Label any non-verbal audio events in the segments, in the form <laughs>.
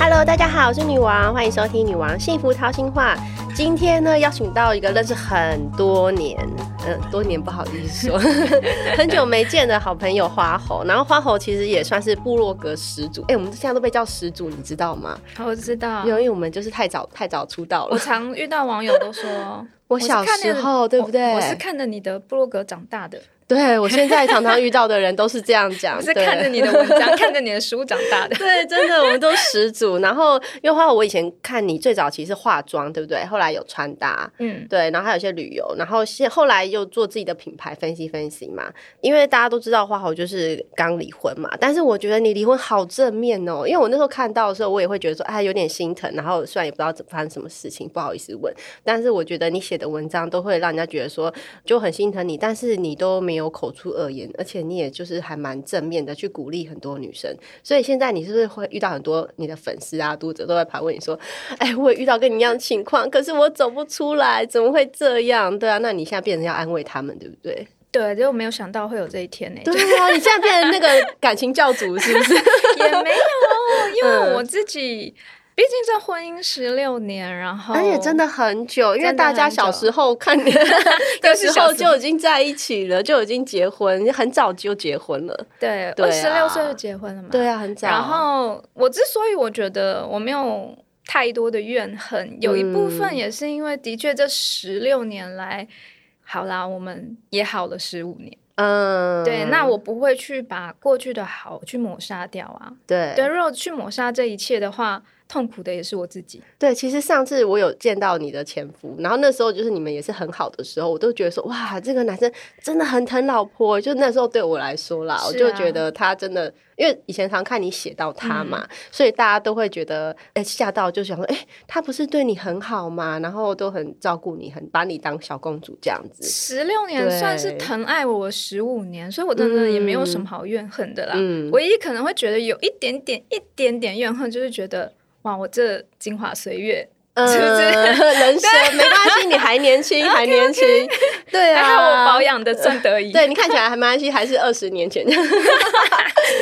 Hello，大家好，我是女王，欢迎收听《女王幸福掏心话》。今天呢，邀请到一个认识很多年，嗯，多年不好意思说， <laughs> 很久没见的好朋友花猴。然后花猴其实也算是部落格始祖，哎、我们现在都被叫始祖，你知道吗？哦我知道因，为因为我们就是太早太早出道我了。，常遇到网友都说 <laughs> 我小时候对不对我？我是看着你的部落格长大的，对我现在常常遇到的人都是这样讲，我是对看着你的文章、看着你的书长大的。 <laughs> 对，真的，我们都始祖。然后，因为花，我以前看你最早其实是化妆，对不对？后来有穿搭，嗯，对，然后还有一些旅游，然后现后来又做自己的品牌分析分析嘛。因为大家都知道花豪就是刚离婚嘛，但是我觉得你离婚好正面哦，因为我那时候看到的时候，我也会觉得说，哎，有点心疼。然后虽然也不知道发生什么事情，不好意思问，但是我觉得你写的文章都会让人家觉得说就很心疼你，但是你都没有口出恶言，而且你也就是还蛮正面的去鼓励很多女生。所以现在你是不是会遇到很多你的粉丝啊、读者都在盘问你说， <laughs> 哎，我也遇到跟你一样的情况，可是我走不出来，怎么会这样？对啊，那你现在变成要安慰他们，对不对？对，就没有想到会有这一天呢、对啊，你现在变成那个感情教主是不是？就也 <laughs> 没有，哦因嗯为我自己，毕竟这婚姻十六年，然 <laughs> 后而且哎真的很久，因为真的大家很久小时候看 <laughs> 的时候就已经在一起了，就已经结婚，很早就结婚了。对，对啊我十六岁就结婚了嘛。对啊，很早。然后我之所以我觉得我没有太多的怨恨，有一部嗯分也是因为的确这十六年来，好啦，我们也好了十五年。嗯，对，那我不会去把过去的好去抹杀掉啊。对对，如果去抹杀这一切的话，痛苦的也是我自己。对，其实上次我有见到你的前夫，然后那时候就是你们也是很好的时候，我都觉得说哇，这个男生真的很疼老婆。就那时候对我来说啦，是啊我就觉得他真的，因为以前常看你写到他嘛，嗯所以大家都会觉得哎吓到，就想说哎，他不是对你很好吗？然后都很照顾你，很把你当小公主这样子。十六年对算是疼爱我十五年，所以我真的也没有什么好怨恨的啦。嗯唯一可能会觉得有一点点、一点点怨恨，就是觉得哇，我这精华岁月嗯，是不是 <laughs> 人生没关系，你还年 <laughs> 轻，还年轻，对啊，还好我保。养的算得宜。对你看起来还蛮稀，还是二十年前。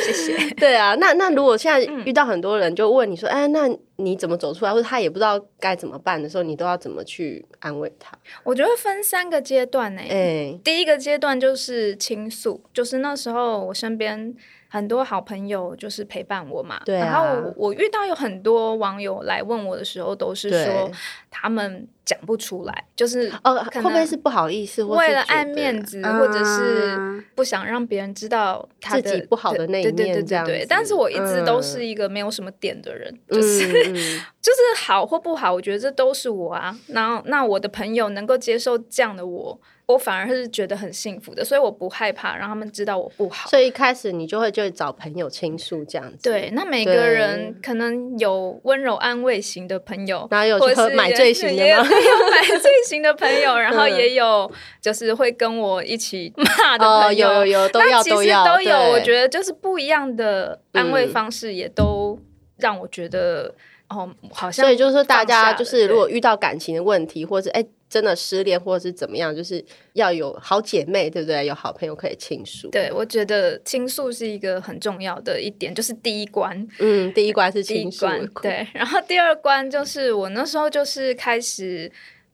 谢谢。 <laughs> 对啊，那那如果现在嗯遇到很多人就问你说，哎，那你怎么走出来，或者他也不知道该怎么办的时候，你都要怎么去安慰他？我觉得分三个阶段呢、哎，第一个阶段就是倾诉，就是那时候我身边很多好朋友就是陪伴我嘛。对啊然后我我遇到有很多网友来问我的时候，都是对说他们讲不出来，就是哦，会可能不会是不好意思，或是为了觉得爱面子，或者是嗯不想让别人知道他的自己不好的那一对对面对这对样对子。但是我一直都是嗯一个没有什么点的人，嗯就是嗯就是好或不好，我觉得这都是我啊。然后，那我的朋友能够接受这样的我，我反而是觉得很幸福的，所以我不害怕让他们知道我不 <laughs> 好。所以一开始你就会就会找朋友倾诉这样子。对，。那每个对人可能有温柔安慰型的朋友，然后有或去者喝是买也醉型也 <laughs> 的有吗？买醉型的朋 <laughs> 友，然后嗯也有就是会跟我一起骂的哦，朋友，有有有，都那要其实都要有，我得觉得就是不一样的安慰嗯方式，也都让我觉得、哦，好像所以就是说，大放下家了就是对如果遇到感情的问题，或是哎、真的失恋，或者是怎么样，就是要有好姐妹，对不对？有好朋友可以倾诉。对，我觉得倾诉是一个很重要的一点，就是第一关，嗯，第一关是第一倾诉，关。对，然后第二关就是我那时候就是开始，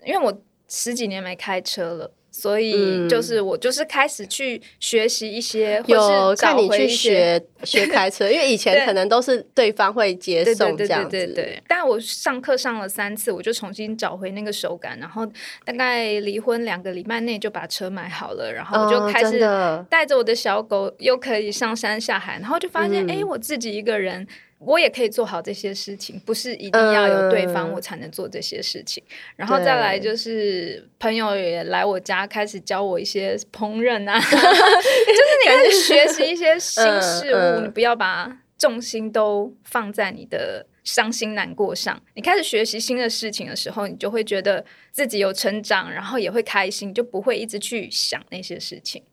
因为我十几年没开车了。所以嗯就是我就是开始去学习一些，或有是找看你回去一些学学开车，因为以前对可能都是对方会接对对送这对样对子。对对。但我上课上了三次，我就重新找回那个手感，然后大概离婚两个礼拜内就把车买好了，然后我就嗯开真始的带着我的小狗，又可以上山下海，然后就发现，嗯哎、我自己一个人。我也可以做好这些事情，不是一定要有对方嗯我才能做这些事情。然后再来就是朋友也来我家，开始教我一些烹饪啊， <laughs> 就是你开始学习一些 <laughs> 新事物，嗯嗯你不要把重心都放在你的伤心难过上。你开始学习新的事情的时候，你就会觉得自己有成长，然后也会开心，就不会一直去想那些事情。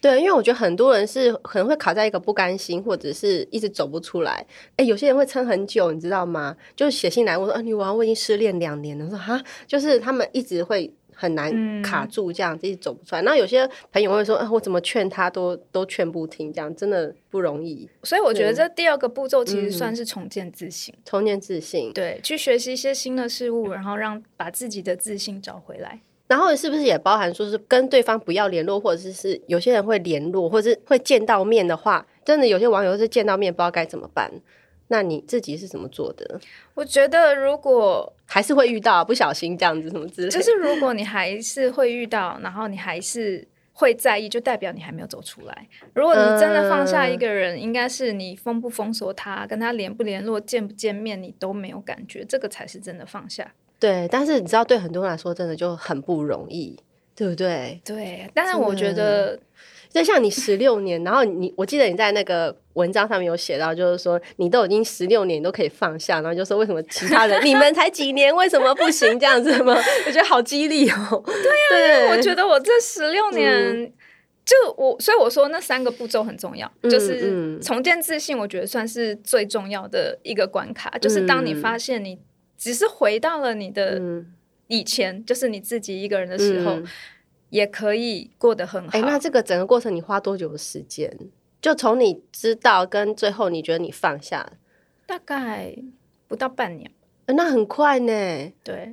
对，因为我觉得很多人是可能会卡在一个不甘心，或者是一直走不出来。哎，有些人会撑很久，你知道吗？就写信来我说：“啊，女王，我已经失恋两年了。”我说：“哈，就是他们一直会很难嗯卡住，这样、子一直走不出来。”然后有些朋友会说：“啊，我怎么劝他都都劝不听，这样真的不容易。所以我觉得对这第二个步骤其嗯实算是重建自信，”重建自信，对，去学习一些新的事物，然后让把自己的自信找回来。然后是不是也包含说是跟对方不要联络，或者是是有些人会联络，或者是会见到面的话，真的有些网友是见到面不知道该怎么办。那你自己是怎么做的？我觉得如果还是会遇到不小心这样子什么之类的，就是如果你还是会遇到，然后你还是会在意，就代表你还没有走出来。如果你真的放下一嗯个人，应该是你封不封锁他，跟他联不联络、见不见面，你都没有感觉，这个才是真的放下。 <laughs> 对。但是你知道，对很多人来说，真的就很不容易，对不对？对，但是真的我觉得，就像你十六年，然后你，我记得你在那个文章上面有写到，就是说你都已经十六年，你都可以放下，然后就说为什么其他人你们才几年，为什么不行这样子吗？ <laughs> 我觉得好激励哦。对啊我觉得我这十嗯六年。就我，所以我说那三个步骤很重要，嗯就是嗯重建自信，我觉得算是最重要的一个关卡。就是当你嗯发现你只是回到了你的嗯，以前，就是你自己一个人的时候，嗯也可以过得很好。哎、那这个整个过程你花多久的时间？就从你知道跟最后你觉得你放下，大概不到半年，呃那很快呢，。 对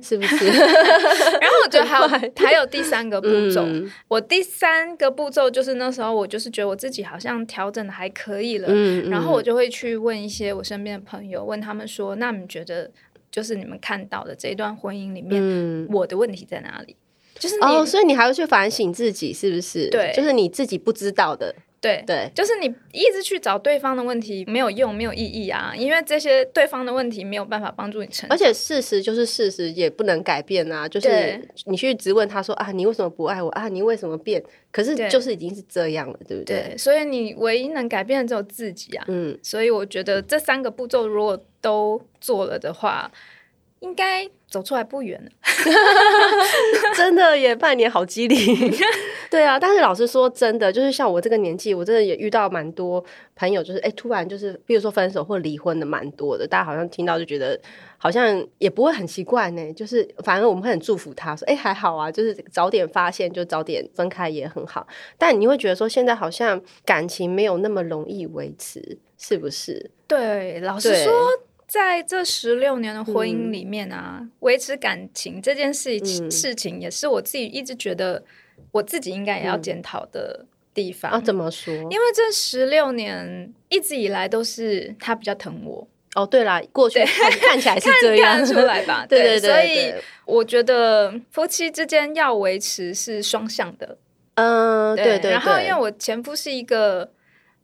<laughs> 是不 <laughs> 是？然后我觉得还很有还有第三个步骤，嗯我第三个步骤就是那时候我就是觉得我自己好像调整的还可以了，嗯然后我嗯就会去问一些我身边的朋友，问他们说，那你们觉得就是你们看到的这一段婚姻里面，嗯我的问题在哪里？就是你、哦，所以你还要去反省自己，是不是？对就是你自己不知道的，对对，就是你一直去找对方的问题没有用，没有意义啊，因为这些对方的问题没有办法帮助你成而且事实就是事实，也不能改变啊。就是对你去质问他说啊，你为什么不爱我啊？你为什么变？可是对就是已经是这样了，对不对？对，所以你唯一能改变的只有自己啊。嗯，所以我觉得这三个步骤如果都做了的话，应该走出来不远了。 <laughs> 真的也半年好激 <laughs> 励。对啊，但是老实说，真的就是像我这个年纪，我真的也遇到蛮多朋友，就是哎、突然就是，比如说分手或离婚的蛮多的。大家好像听到就觉得好像也不会很奇怪呢，就是呃反正我们会很祝福他说，哎、还好啊，就是早点发现就早点分开也很好。但你会觉得说，现在好像感情没有那么容易维持，是不是？对，老实对说，在这十六年的婚姻里面啊，维持感情这件事情、嗯事情也是我自己一直觉得我自己应该也要嗯检讨的地方。啊，怎么说？因为这十六年一直以来都是他比较疼我，哦，对啦，过去看看起来是这样看得出。来吧？ <laughs> 对对对所对以我觉得夫妻之间要维持是双向的。嗯，对对对。然后因为我前夫是一个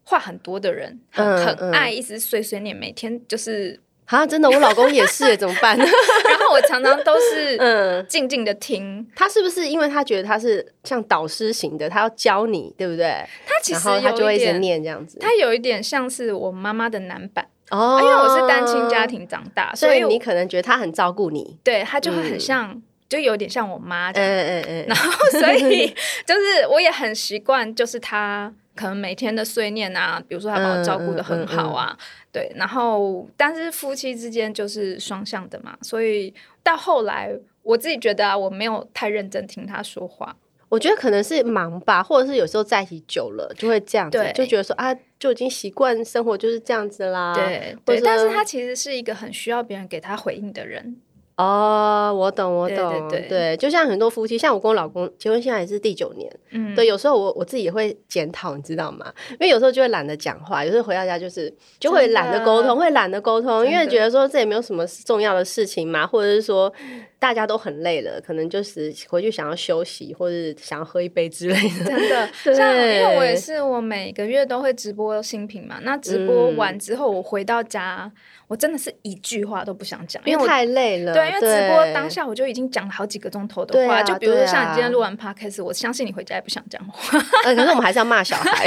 话很多的人，很、嗯嗯很爱一直碎碎念，每天就是， <laughs> 啊，真的，我老公也是，欸怎么办？ <laughs> 然后我常常都是嗯，静静的听。他是不是因为他觉得他是像导师型的，他要教你，对不对？他其然实后他就有会一一直点。念这样子。他有一点像是我妈妈的男版，哦因为我是单亲家，庭长大，所所以以我你可能觉得他很照顾你。对他就会很嗯像，就有点像我妈这样 <laughs> 嗯嗯嗯，然后所 <laughs> 以就是我也很习惯，就是他可能每天的碎念啊，比如说他把我照顾的很好嗯啊，对，然后但是夫妻之间就是双向的嘛，所以到后来我自己觉得啊，我没有太认真听他说话，我觉得可能是忙吧，或者是有时候在一起久了就会这样子对，就觉得说啊，就已经习惯生活就是这样子啦。，对啊或对，者但是他其实是一个很需要别人给他回应的人，哦，我懂，我对对懂，对对，就像很多夫妻，像我跟我老公结婚现在也是第九年，嗯，对，，有时候我我自己也会检讨，你知道吗？因为有时候就会懒得讲话，有时候回到家就是就会真的懒得沟通，会懒得沟通，真因为的觉得说这也没有什么重要的事情嘛，或者是说大家都很累了，可能就是回去想要休息，或者想要喝一杯之类的。 <laughs> 真的， <laughs> 对像因为我也是，我每个月都会直播新品嘛。那直播嗯完之后，我回到家，我真的是一句话都不想讲，因因为为我太累了，对，因为直播当下我就已经讲了好几个钟头的对话，啊就比如说像你今对啊天录完 podcast，我相信你回家也不想讲话。呃，可是我们还是要骂小 <laughs> 孩，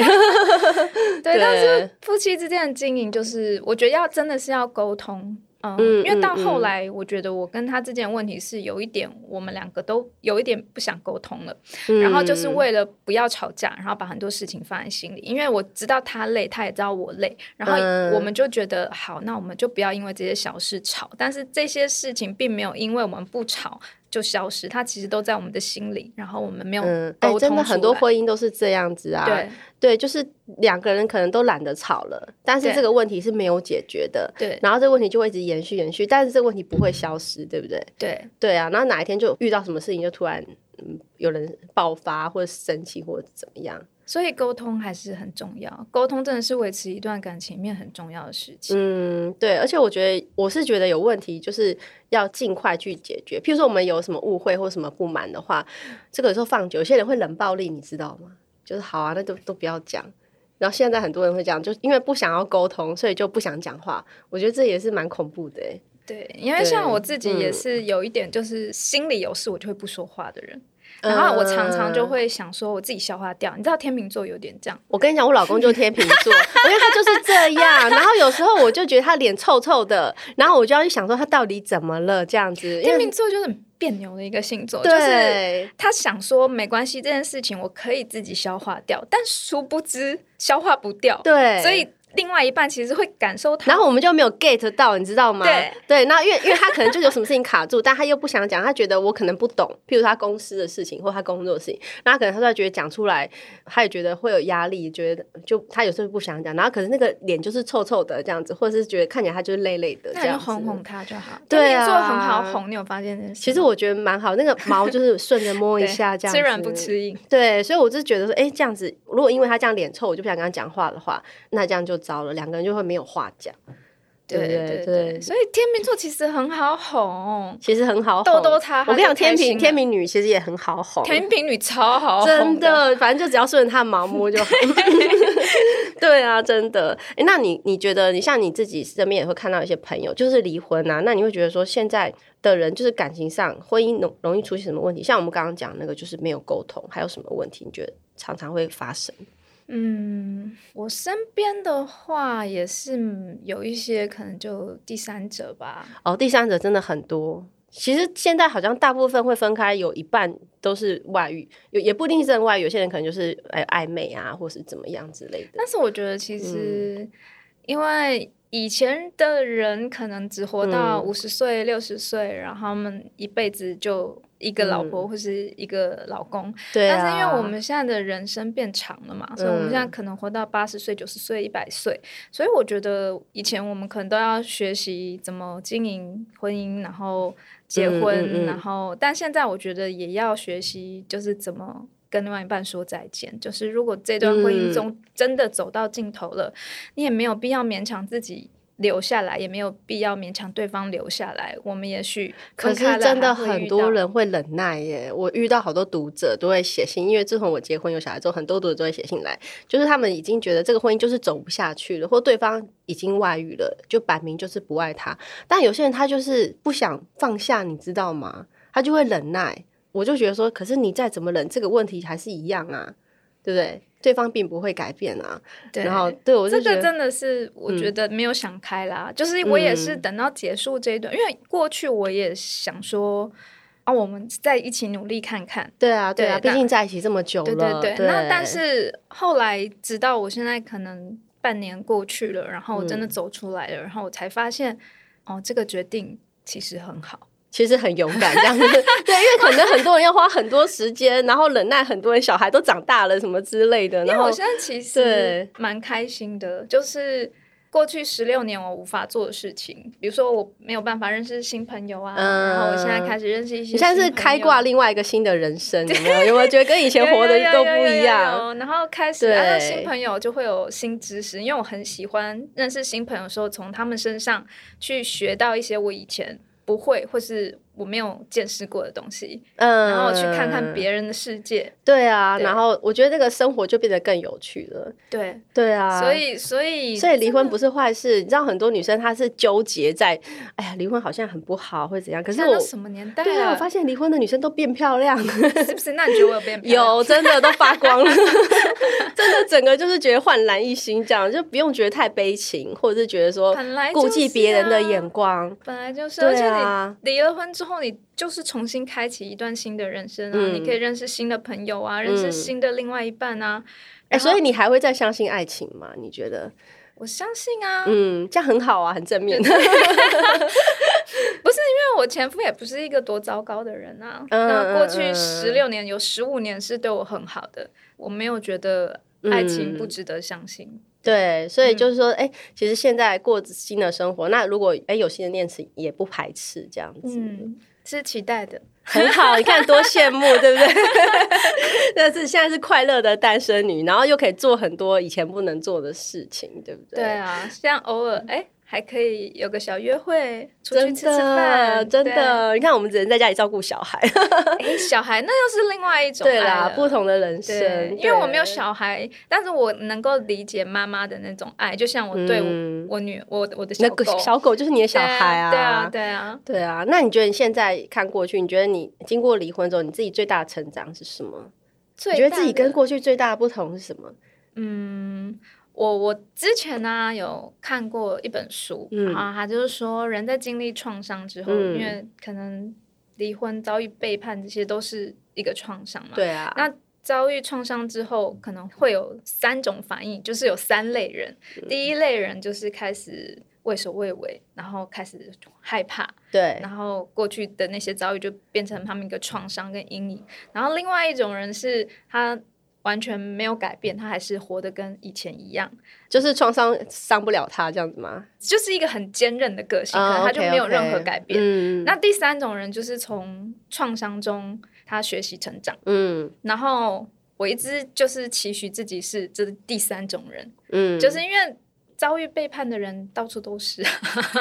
对，但是夫妻之间的经营，就是我觉得要真的是要沟通，嗯，嗯因为到嗯后嗯来，我觉得我跟他之间的问题是有一点，我们两个都有一点不想沟通了。嗯然后就是为了不要吵架，然后把很多事情放在心里，因为我知道他累，他也知道我累，然后嗯我们就觉得好，那我们就不要因为这些小事吵。但是这些事情并没有因为我们不吵就消失，它其实都在我们的心里，然后我们没有嗯，哎、沟通出来、真的很多婚姻都是这样子啊。对对，就是两个人可能都懒得吵了，但是对这个问题是没有解决的。对然后这个问题就会一直延续延续，但是这个问题不会消失，对不对？对对啊，然后哪一天就遇到什么事情，就突然嗯有人爆发或者生气或者怎么样，所以沟通还是很重要，沟通真的是维持一段感情里面很重要的事情。嗯，对，而且我觉得我是觉得有问题，就是要尽快去解决。譬如说我们有什么误会或什么不满的话，这个有时候放久，有些人会冷暴力，你知道吗？就是好啊，那都都不要讲。然后现在很多人会这样，就因为不想要沟通，所以就不想讲话。我觉得这也是蛮恐怖的、欸，对，因为对像我自己也嗯是有一点，就是心里有事我就会不说话的人。然后我常常就嗯会想说，我自己消化掉。你知道天秤座有点这样，我跟你讲，我老公就是天秤 <laughs> 座，因为他就是这样。然后有时候我就觉得他脸臭臭的，然后我就要去想说他到底怎么了这样子。因天为秤座就是很别扭的一个星座，就是对，他想说没关系，这件事情我可以自己消化掉，但殊不知消化不掉，对，所以另外一半其实会感受他，然后我们就没有 get 到，你知道吗？对对，那因为因为他可能就有什么事情卡住，但他又不想讲，他觉得我可能不懂，譬如他公司的事情或他工作的事情，那他可能他就会觉得讲出来，他也觉得会有压力，觉得就他有时候不想讲，然后可是那个脸就是臭臭的这样子，或者是觉得看起来他就是累累的这那你样就子。哄哄他就好。对天秤座啊很好哄，你有发现这件事吗？其实我觉得蛮好，那 <laughs> 个毛就是顺着摸一对下这样子，吃软不吃硬，对，所以我就觉得说，哎，这样子，如果因为他这样脸臭，我就不想跟他讲话的话，那这样就糟了，两个人就会没有话讲。对对对对，所以天秤座其实很好哄，其实很好哄，逗逗他我跟你他讲，就开天心啊平了天平女其实也很好哄，天秤女超好哄，真，的，反正就只要顺着她的毛摸就 <laughs> 好。对啊，真的。诶那你你觉得，你像你自己身边也会看到一些朋友就是离婚啊，那你会觉得说现在的人就是感情上婚姻容容易出现什么问题？像我们刚刚讲那个就是没有沟通，还有什么问题？你觉得常常会发生？嗯，我身边的话也是嗯有一些可能就第三者吧，哦，第三者真的很多。其实现在好像大部分会分开，有一半都是外遇，有也不一定是真的外遇，有些人可能就是哎暧昧啊，或是怎么样之类的。但是我觉得其实因为。以前的人可能只活到嗯五十岁、六十岁，然后他们一辈子就一个老婆或是一个老公。对、啊，嗯但是因为我们现在的人生变长了嘛，所以我们现在可能活到八十岁、九十岁、一百岁，所以我觉得以前我们可能都要学习怎么经营婚姻，然后结嗯婚，嗯嗯然后但现在我觉得也要学习，就是怎么。跟另外一半说再见，就是如果这段婚嗯姻中真的走到尽头了，你也没有必要勉强自己留下来，也没有必要勉强对方留下来。我们也许可分开是了真的还会很遇多到人会忍耐耶，我遇到好多读者都会写信，因为自从我结婚有小孩之后，很多读者都会写信来，就是他们已经觉得这个婚姻就是走不下去了，或对方已经外遇了，就摆明就是不爱他。但有些人他就是不想放下，你知道吗？他就会忍耐。我就觉得说，可是你再怎么忍，这个问题还是一样啊，对不对？对方并不会改变啊。对然后对我就这觉个得，嗯真的是，我觉得没有想开啦。就是我也是等到结束这一段，因为过去我也想说，啊，我们再一起努力看看。对啊，对啊，对毕那竟在一起这么久了，对对，那但是后来直到我现在可能半年过去了，然后我嗯真的走出来了，然后我才发现，哦，这个决定其实很好。其实很勇敢这 <laughs> 样子，对，因为可能很多人要花很多时间，然后忍耐很多人小孩都长大了什么之类的，因然为后我现在其实对蛮开心的，就是过去十六年我无法做的事情，比如说我没有办法认识新朋友啊，嗯然后我现在开始认识一些。你现在是开挂，另外一个新的人 <laughs> 生，有没有？有没有觉得跟以前活的都不一有有有有样？有然后开始，对啊，新朋友就会有新知识，因为我很喜欢认识新朋友的时候，从他们身上去学到一些我以前不会或是我没有见识过的东西，嗯，然后去看看别人的世界。对啊，对然后我觉得这个生活就变得更有趣了。对，对啊，所以所以所以离婚不是坏事，你知道很多女生她是纠结在，哎呀，离婚好像很不好，或者怎样。可是现在我都，什么年代对啊，我了？发现离婚的女生都变漂亮，是不是？那你觉得我有变漂 <laughs> 亮？有真的都发光 <laughs> 了，真的整个就是觉得焕然一新，这样就不用觉得太悲情，或者是觉得说本来顾忌别人的就是啊眼光。本来就是，而对且啊你离了婚之后，你就是重新开启一段新的人生啊！嗯你可以认识新的朋友啊，认识新的另外一半啊。哎、然后所以你还会再相信爱情吗？你觉得？我相信啊，因嗯，这样很好啊，很正面。为我前夫也不是一个多糟糕的人啊。嗯那过去嗯嗯十六年，有十五年是对我很好的，我没有觉得嗯爱情不值得相信。 <laughs> 对，所以嗯就是说，哎、其实现在过新的生活，那如果哎、有新的念词也不排斥这样子，嗯，是期待的。很好，你看多羡 <laughs> 慕，对不对？ <laughs> 但是现在是快乐的单身女，然后又可以做很多以前不能做的事情，对不对？嗯对啊，像偶尔哎、还可以有个小约会，出去真吃吃饭的，，真的，你看我们只能在家里照顾小孩，对。哎，小孩那又是另外一 <laughs> 种对爱啦，了不同的人生对，，因为我没有对，小孩，但是我能够理解妈妈的那种爱，就像我对我,、嗯我女我我的小那狗个小狗就是你的小孩对啊，对啊，对啊，那你觉得你现在看过去，你觉得你经过离婚之后，你自己最大的成长是什么？最你觉得自己大的跟过去最大的不同是什么？嗯，我我之前呢、有看过一本书，嗯然后他就是说，人在经历创伤之后，嗯因为可能离婚、遭遇背叛，这些都是一个创伤嘛。对啊，那遭遇创伤之后，可能会有三种反应，就是有三类人。嗯第一类人就是开始畏首畏尾，然后开始害怕，对，啊然后过去的那些遭遇就变成他们一个创伤跟阴影。然后另外一种人是他完全没有改变，他还是活得跟以前一样，就是创伤伤不了他这样子吗？就是一个很坚韧的个性，哦可能他就 OK，OK 没有任何改变。嗯那第三种人就是从创伤中他学习成长。嗯然后我一直就是期许自己是这是第三种人，嗯，就是因为遭遇背叛的人到处 <laughs> 都是啊，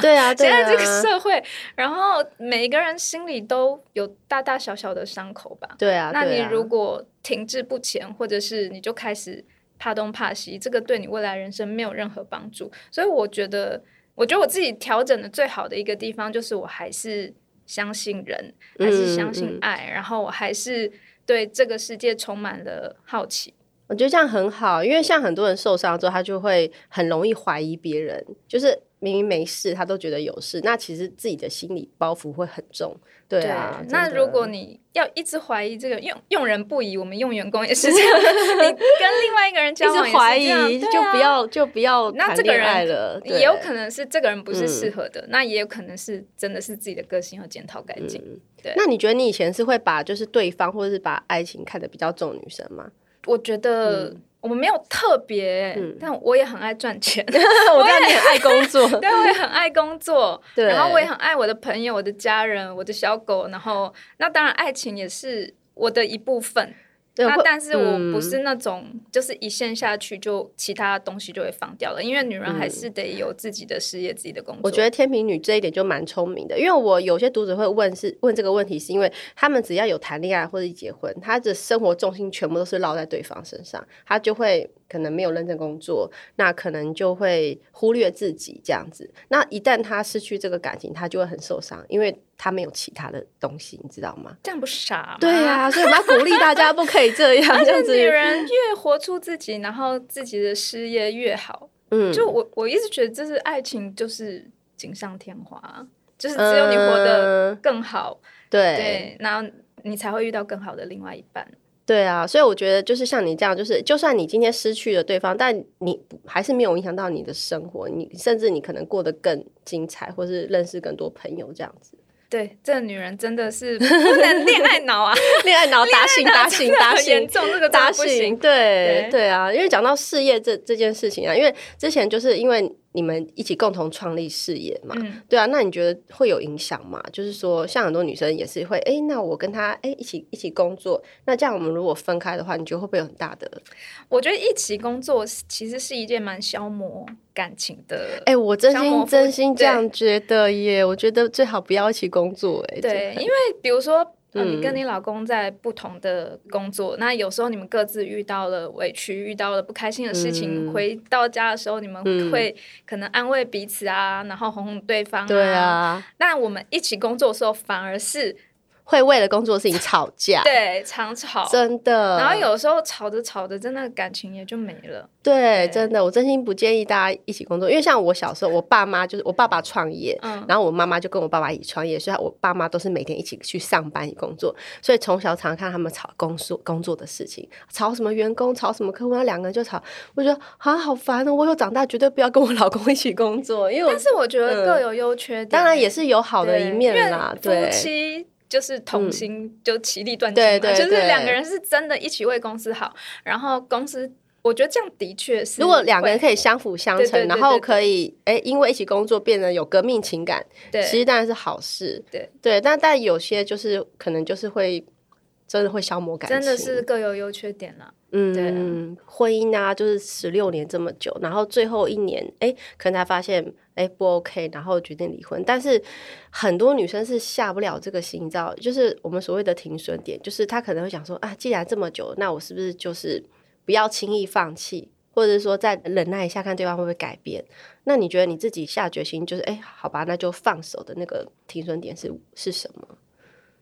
对啊，对 <laughs> 现啊，在这个社会，然后每一个人心里都有大大小小的伤口吧。对啊，那对你啊如果停滞不前，或者是你就开始怕东怕西，这个对你未来人生没有任何帮助。所以我觉得，我觉得我自己调整的最好的一个地方，就是我还是相信人，还是相嗯嗯信嗯爱，然后我还是对这个世界充满了好奇。我觉得这样很好，因为像很多人受伤之后，他就会很容易怀疑别人，就是明明没事，他都觉得有事，那其实自己的心理包袱会很重。对啊，真那的如果你要一直怀疑这个用用人不疑，我们用员工也是这样， <laughs> 你跟另外一个人一交直往也是怀这样疑，对就啊不要就不要那谈这个恋人爱了，对也有可能是这个人不是嗯适合的，那也有可能是真的是自己的个性要检讨改进。嗯对那你觉得你以前是会把就是对方或者是把爱情看得比较重的女生吗？ <laughs> 我觉得我们没有特别、嗯但我也很爱赚 <laughs> 钱，我知道你很爱工 <laughs> 作，对，我也很爱工作，对然后我也很爱我的朋友、我的家人、我的小狗，然后那当然爱情也是我的一部分。对那会但是我不是嗯那种、就是一陷下去就其他东西就会放掉了，因为女人还是得有自己的事业、自己的工作。我觉得天平女这一点就蛮聪明的，因为我有些读者会问是问这个问题，是因为他们只要有谈恋爱或者结婚，他的生活重心全部都是落在对方身上，他就会可能没有认真工作，那可能就会忽略自己这样子。那一旦他失去这个感情，他就会很受伤，因为他没有其他的东西，你知道吗？这样不傻吗？对呀、 <laughs> 所以我们要鼓励大家不可以这 <laughs> 样，这样而且子啊女，人越活出自己，然后自己的事业越好。嗯就我我一直觉得，这是爱情，就是锦上添花，就是只有你活得嗯更好，对对，然后你才会遇到更好的另外一半。对啊，所以我觉得就是像你这样，就是就算你今天失去了对方，但你不还是没有影响到你的生活，你甚至你可能过得更精彩，或是认识更多朋友这样子。对，这女人真的是 <laughs> 不能恋爱脑啊，恋爱脑打醒打醒打很严醒。重，这个真打的不醒，行。对对对啊，因为讲到事业这这件事情啊，因为之前就是因为你们一起共同创立事业嘛。嗯，对啊，那你觉得会有影响吗？就是说，像很多女生也是会，哎，那我跟他哎一起一起工作，那这样我们如果分开的话，你觉得会不会有很大的？我觉得一起工作是其实是一件蛮消磨感情的。哎，我真消磨心夫真心这对样觉得耶，我觉得最好不要一起工作，哎，对，因为比如说，呃、你嗯跟你老公在不同的工作，那有时候你们各自遇到了委屈，遇到了不开心的事情，嗯回到家的时候，你们嗯会可能安慰彼此啊，然后哄哄对方、对。啊，那我们一起工作的时候，反而是会为了工作的事情吵架，对常吵。真的。然后有时候吵着吵着，真的感情也就没了。对，对真的，我真心不建议大家一起工作，因为像我小时候，我爸妈就是我爸爸创业，嗯，然后我妈妈就跟我爸爸一起创业，所以我爸妈都是每天一起去上班、一起工作，所以从小常看他们吵工作工作的事情，吵什么员工、吵什么客户，然后两个人就吵，我觉得啊好烦哦！我以后长大绝对不要跟我老公一起工作，因为我但是我觉得嗯各有优缺点。啊当然也是有好的对一面啦，因为对嗯夫妻就是同心，就其利断金嘛，对对就是对两个人是真的一起为公司好，然后公司，我觉得这样的确是，如果两个人可以相辅相对对成，对然对后对可以哎，因为一起工作变得有革命情感，对其实当然是好事。对对，但但有些就是可能就是会真的会消磨感情，真的是各有优缺点啦。对啊嗯，婚姻啊，就是十六年这么久，然后最后一年，哎，可能才发现哎不 OK，然后决定离婚。但是很多女生是下不了这个心，你知道，就是我们所谓的停损点，就是她可能会想说啊，既然这么久，那我是不是就是不要轻易放弃？或者是说再忍耐一下，看对方会不会改变？那你觉得你自己下决心，就是哎，好吧，那就放手的那个停损点是是什么？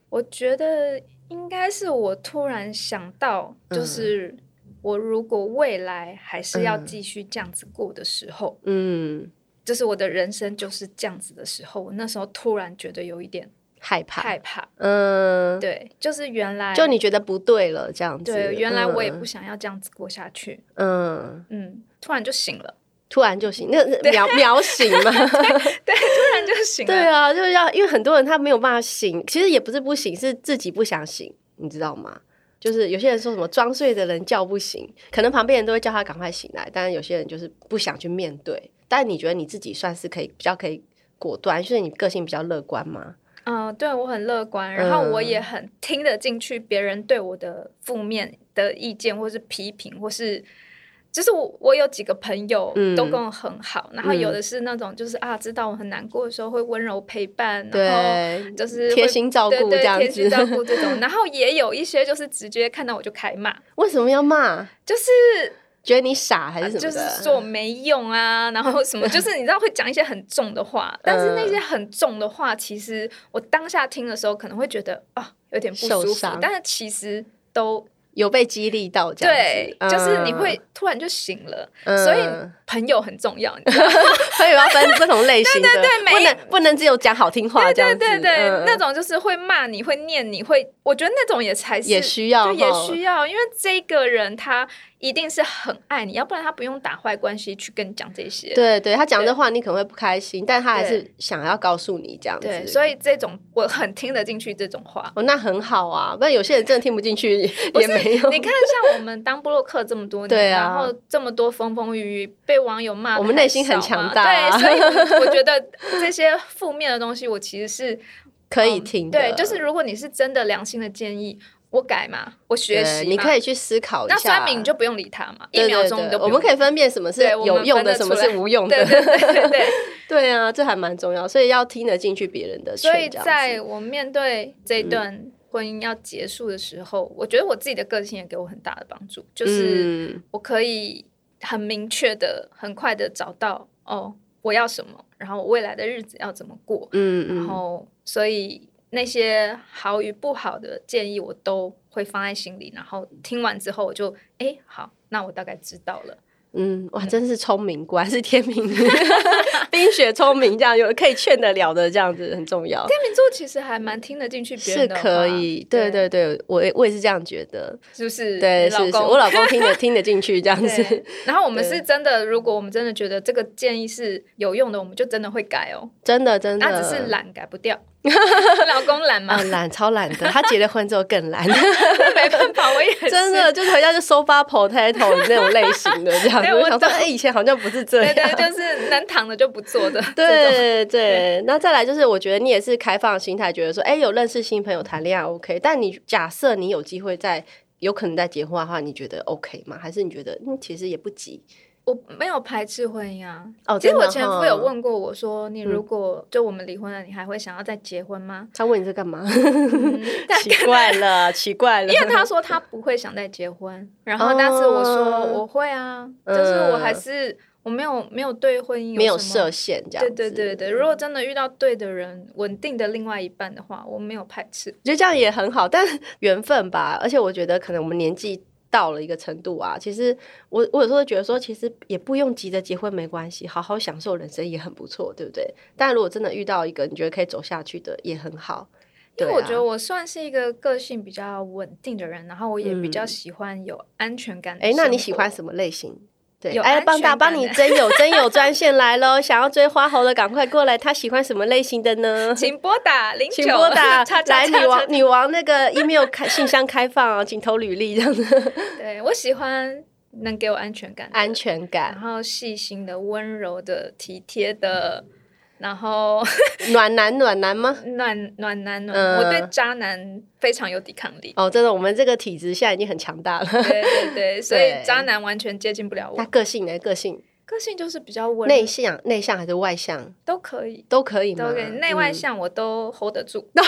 我觉得应该是我突然想到，就是我如果未来还是要嗯继续这样子过的时候，嗯，就是我的人生就是这样子的时候，我那时候突然觉得有一点害怕，害怕，嗯，对，就是原来就你觉得不对了，这样子。哎对，原来我也嗯不想要这样子过下去。嗯，嗯，突然就醒 <laughs> 了，突然就醒，那那秒秒醒 <laughs> 嘛。啊突然就醒了。对啊，就是要因为很多人他没有办法醒，其实也不是不醒，是自己不想醒，你知道吗？就是有些人说什么装睡的人叫不醒，可能旁边人都会叫他赶快醒来，但是有些人就是不想去面对。但你觉得你自己算是可以比较可以果断，就是你个性比较乐观吗？嗯，对我很乐观，然后嗯我也很听得进去别人对我的负面的意见，或是批评，或是。就是我，我有几个朋友嗯都跟我很好，然后嗯有的是那种就是啊，知道我很难过的时候会温柔陪伴，然对后，就是会贴心照对顾对这样贴心照子。顾这种，然后也有一些就是直接看到我就开骂，为什么要骂？就是觉得你傻还是什么啊就的？嗯是说我没用啊， <laughs> 然后什么，就是你知道会讲一些很重的话，但是那些嗯很重的话，其实我当下听的时候可能会觉得啊有点不受舒服伤，但是其实都有被激励到这样对子，，就是你嗯会突然就醒了，嗯所以朋友很重要，你知道吗 <laughs> 所以要分不同类型的， <laughs> 对对对不每一能不能只有讲好听话这样对子，对对嗯，那种就是会骂你，会念你，会，我觉得那种也才是也需要就也哈需要，因为这个人他一定是很爱你，要不然他不用打坏关系去跟你讲这些，对对，他讲这话你可能会不开心，但他还是想要告诉你这样子，对，所以。以这种我很听得进去这种话。哦，那很好啊，不然有些人真的听不进去 <laughs> <laughs> 不也是没有。你看，像我们当布洛克这么多 <laughs> 年，对啊然后这么多风风雨雨，被网友骂得还少嘛，我们内心很强大啊 <laughs> 对，所以我觉得这些负面的东西，我其实是可以听的、哦对，就是如果你是真的良心的建议，我改嘛，我学对习嘛，你可以去思考一下。那酸民你就不用理他嘛，对一秒对钟对你都不我们用理可以分辨什么是对我们有用的，分得什出么来是无 <laughs> 用的。对对对对对， <laughs> 对啊，这还蛮重要，所以要听得进去别人的劝所以这样子嗯在我面对这一段婚姻要结束的时候，我觉得我自己的个性也给我很大的帮助，就是。嗯我可以很明确的、很快的找到哦，我要什么，然后我未来的日子要怎么过，嗯嗯然后所以那些好与不好的建议我都会放在心里，然后听完之后我就哎好，那我大概知道了。嗯，哇，真是聪明，果然是天命， <laughs> 冰雪聪明，这样有可以劝得了的，这样子很重要，天秤座其实还蛮听得进去别是人的话可以，对对对，对，我也我也是这样觉得，是不是？对，你是老是，公我老公听得听得进去这样对子，，然后我们对是真的，如果我们真的觉得这个建议是有用的，我们就真的会改哦。真的真那只是的， <laughs> 懒改不掉，老公懒吗啊？，懒超懒的，他结了婚之后更懒， <laughs> 没办法，我也 <laughs> 是真。的就是回家就收发 potato 那种类型的这样子。对我我想说，懂哎、以前好像不是这对样。对，就是能躺的就不 <laughs> 坐的。 <laughs> 这种，啊对对，那再来就是，我觉得你也是开放心态，觉得说，哎，有认识新朋友谈恋爱 OK，但你假设你有机会在有可能在结婚的话，你觉得 OK 吗？还是你觉得嗯，其实也不急我没有排斥婚姻啊。哦？嗯其实真的我前夫哈有，问过我说：“你如果就我们离婚了，你还会想要再结 <laughs> 婚吗他问你这干 <laughs> 嘛？？”但奇怪了，奇怪了，因为他说他不会想再结婚，然后但是我说哦我会啊，嗯就是我还是我没有没有对婚姻没有什么设。限这样对子。对对对，如果真的遇到对的人，稳定的另外一半的话，我没有排斥。我觉得这样也很好， <laughs> 但缘分吧。而且我觉得可能我们年纪到了一个程度啊，其实我我有时候会觉得说，其实也不用急着结婚，没关系，好好享受人生也很不错，对不对？但如果真的遇到一个你觉得可以走下去的，也很好。因对为啊我觉得我算是一个个性比较稳定的人，然后我也比较喜欢有安全感的哎，生嗯活。那你喜欢什么类型？对，有哎，安帮全大帮感你的真友真友专线来喽！ <laughs> 想要追花猴的，赶快过来。他喜欢什么类型的 <laughs> 呢？请拨打零九啊请拨打叉叉来叉女叉王女王那个 email 开信箱开放啊，请投履历这样 <laughs> 的对我喜欢能给我安全感的安全感然。后细心的、温柔的、体贴的，然后 <laughs> 暖男暖男吗？暖暖男暖，嗯。我对渣男非常有抵抗力哦，真的，我们这个体质现在已经很强大了。 <laughs> 对对对，所以对渣男完全接近不了那我。个性呢？个性个性就是比较温内柔，向，内向还是外向都可以，都可以吗？都可以，内外嗯、向我都 hold 得住。 <laughs>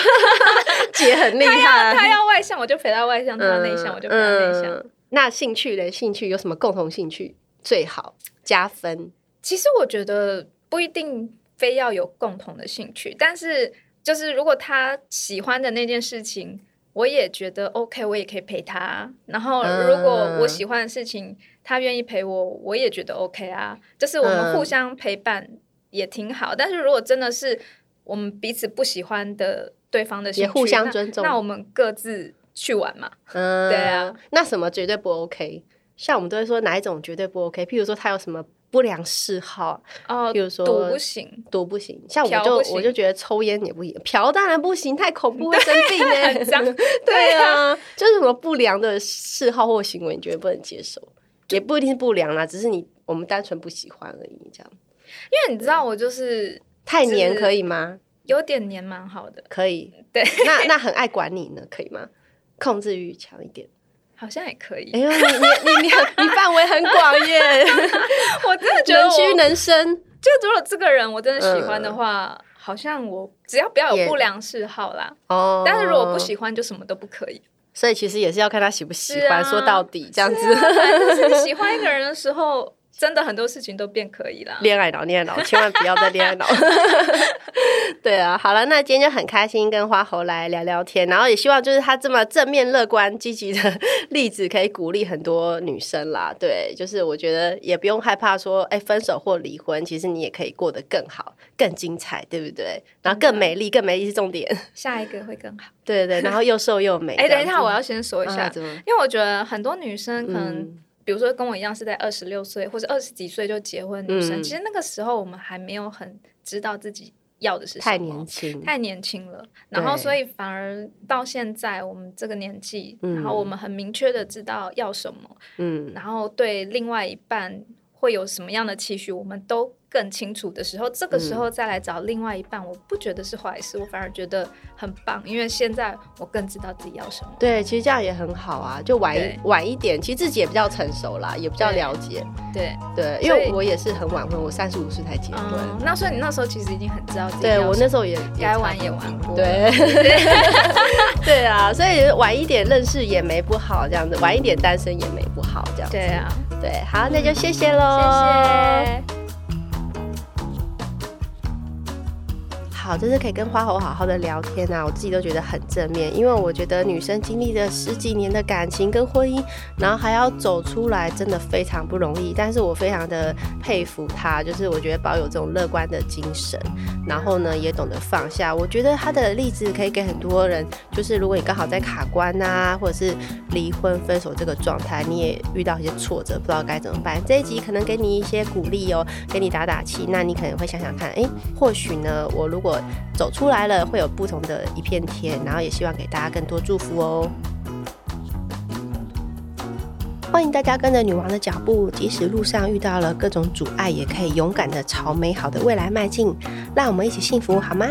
姐很厉害。他要外向我就陪他外向，他要内向我就陪他内向。嗯那兴趣嘞？兴趣有什么共同兴趣最好加分？其实我觉得不一定非要有共同的兴趣，但是就是如果他喜欢的那件事情，我也觉得 OK，我也可以陪他。然后嗯如果我喜欢的事情，他愿意陪我，我也觉得 OK 啊。就是我们嗯互相陪伴也挺好。但是如果真的是我们彼此不喜欢的对方的兴趣，也互相那尊重那我们各自去玩嘛。嗯，对啊。那什么绝对不 OK？像我们都会说哪一种绝对不 OK？譬如说他有什么不良嗜好，哦、嗯比如说赌不行，赌不行。像我嫖就不行我就觉得抽烟也不行，嫖当然不行，太恐怖会生病呢、很脏。 <laughs> 对啊，就是什么不良的嗜好或行为，你觉得不能接受，也不一定是不良啦，只是你我们单纯不喜欢而已，这样因为你知道，我就是太黏是可以吗？有点黏蛮好的。可以， <laughs> 对，那那很爱管你呢，可以吗？控制欲强一点。好像也可以。哎呦，你你你你很你范围很广耶， <laughs> 我真的觉得能我，屈能伸。就如果这个人我真的喜欢的话，好像我只要不要也有不良嗜好啦。哦但是如果不，喜欢，就什么都不可以。所以其实也是要看他喜不喜是欢。啊说到底，这样子，就是你喜欢一个人的时候，真的很多事情都变可以啦。恋爱脑，恋爱 <laughs> 脑，千万不要再恋爱脑。 <laughs> 对啊，好了，那今天就很开心跟花猴来聊聊天，然后也希望就是他这么正面、乐观、积极的例子，可以鼓励很多女生啦。 <laughs> 对，就是我觉得也不用害怕说，哎、分手或离婚，其实你也可以过得更好、更精彩，对不对？然后更美丽，更美丽是重 <laughs> 点。下一个会更好。对对，对然后又瘦又美。哎、等一这下，样子我要先说一下，啊怎么？因为我觉得很多女生可能、嗯比如说跟我一样是在二十六岁或者二十几岁就结婚，女生、嗯其实那个时候我们还没有很知道自己要的是什么，太年轻，太年轻了，然后所以反而到现在我们这个年纪，嗯然后我们很明确的知道要什么，嗯，然后对另外一半会有什么样的期许，我们都更清楚的时候，这个嗯时候再来找另外一半，我不觉得是坏事，我反而觉得很棒，因为现在我更知道自己要什么。对，其实这样也很好啊，就晚一对晚一点，其实自己也比较成熟啦，也比较对了解。对，对，所以因为我也是很晚婚，我三十五岁才结婚。嗯，那所以你那时候其实已经很知道自己对要我什那么，时候也该玩也玩过，，对， <laughs> 对啊，所以晚一点认识也没不好，这样子，晚一点单身也没不好，这样子。对啊，对，好，那就谢谢喽，谢哦谢。好，这次可以跟花猴好好的聊天啊，我自己都觉得很正面，因为我觉得女生经历了十几年的感情跟婚姻，然后还要走出来，真的非常不容易。但是我非常的佩服她，就是我觉得保有这种乐观的精神，然后呢也懂得放下。我觉得她的例子可以给很多人，就是如果你刚好在卡关啊，或者是离婚、分手这个状态，你也遇到一些挫折，不知道该怎么办。这一集哎可能给你一些鼓励哦，给你打打气，那你可能会想想看，诶，或许呢，我如果果走出来了，会有不同的一片天，然后也希望给大家更多祝福哦。欢迎大家跟着女王的脚步，即使路上遇到了各种阻碍，也可以勇敢的朝美好的未来迈进。让我们一起幸福好吗？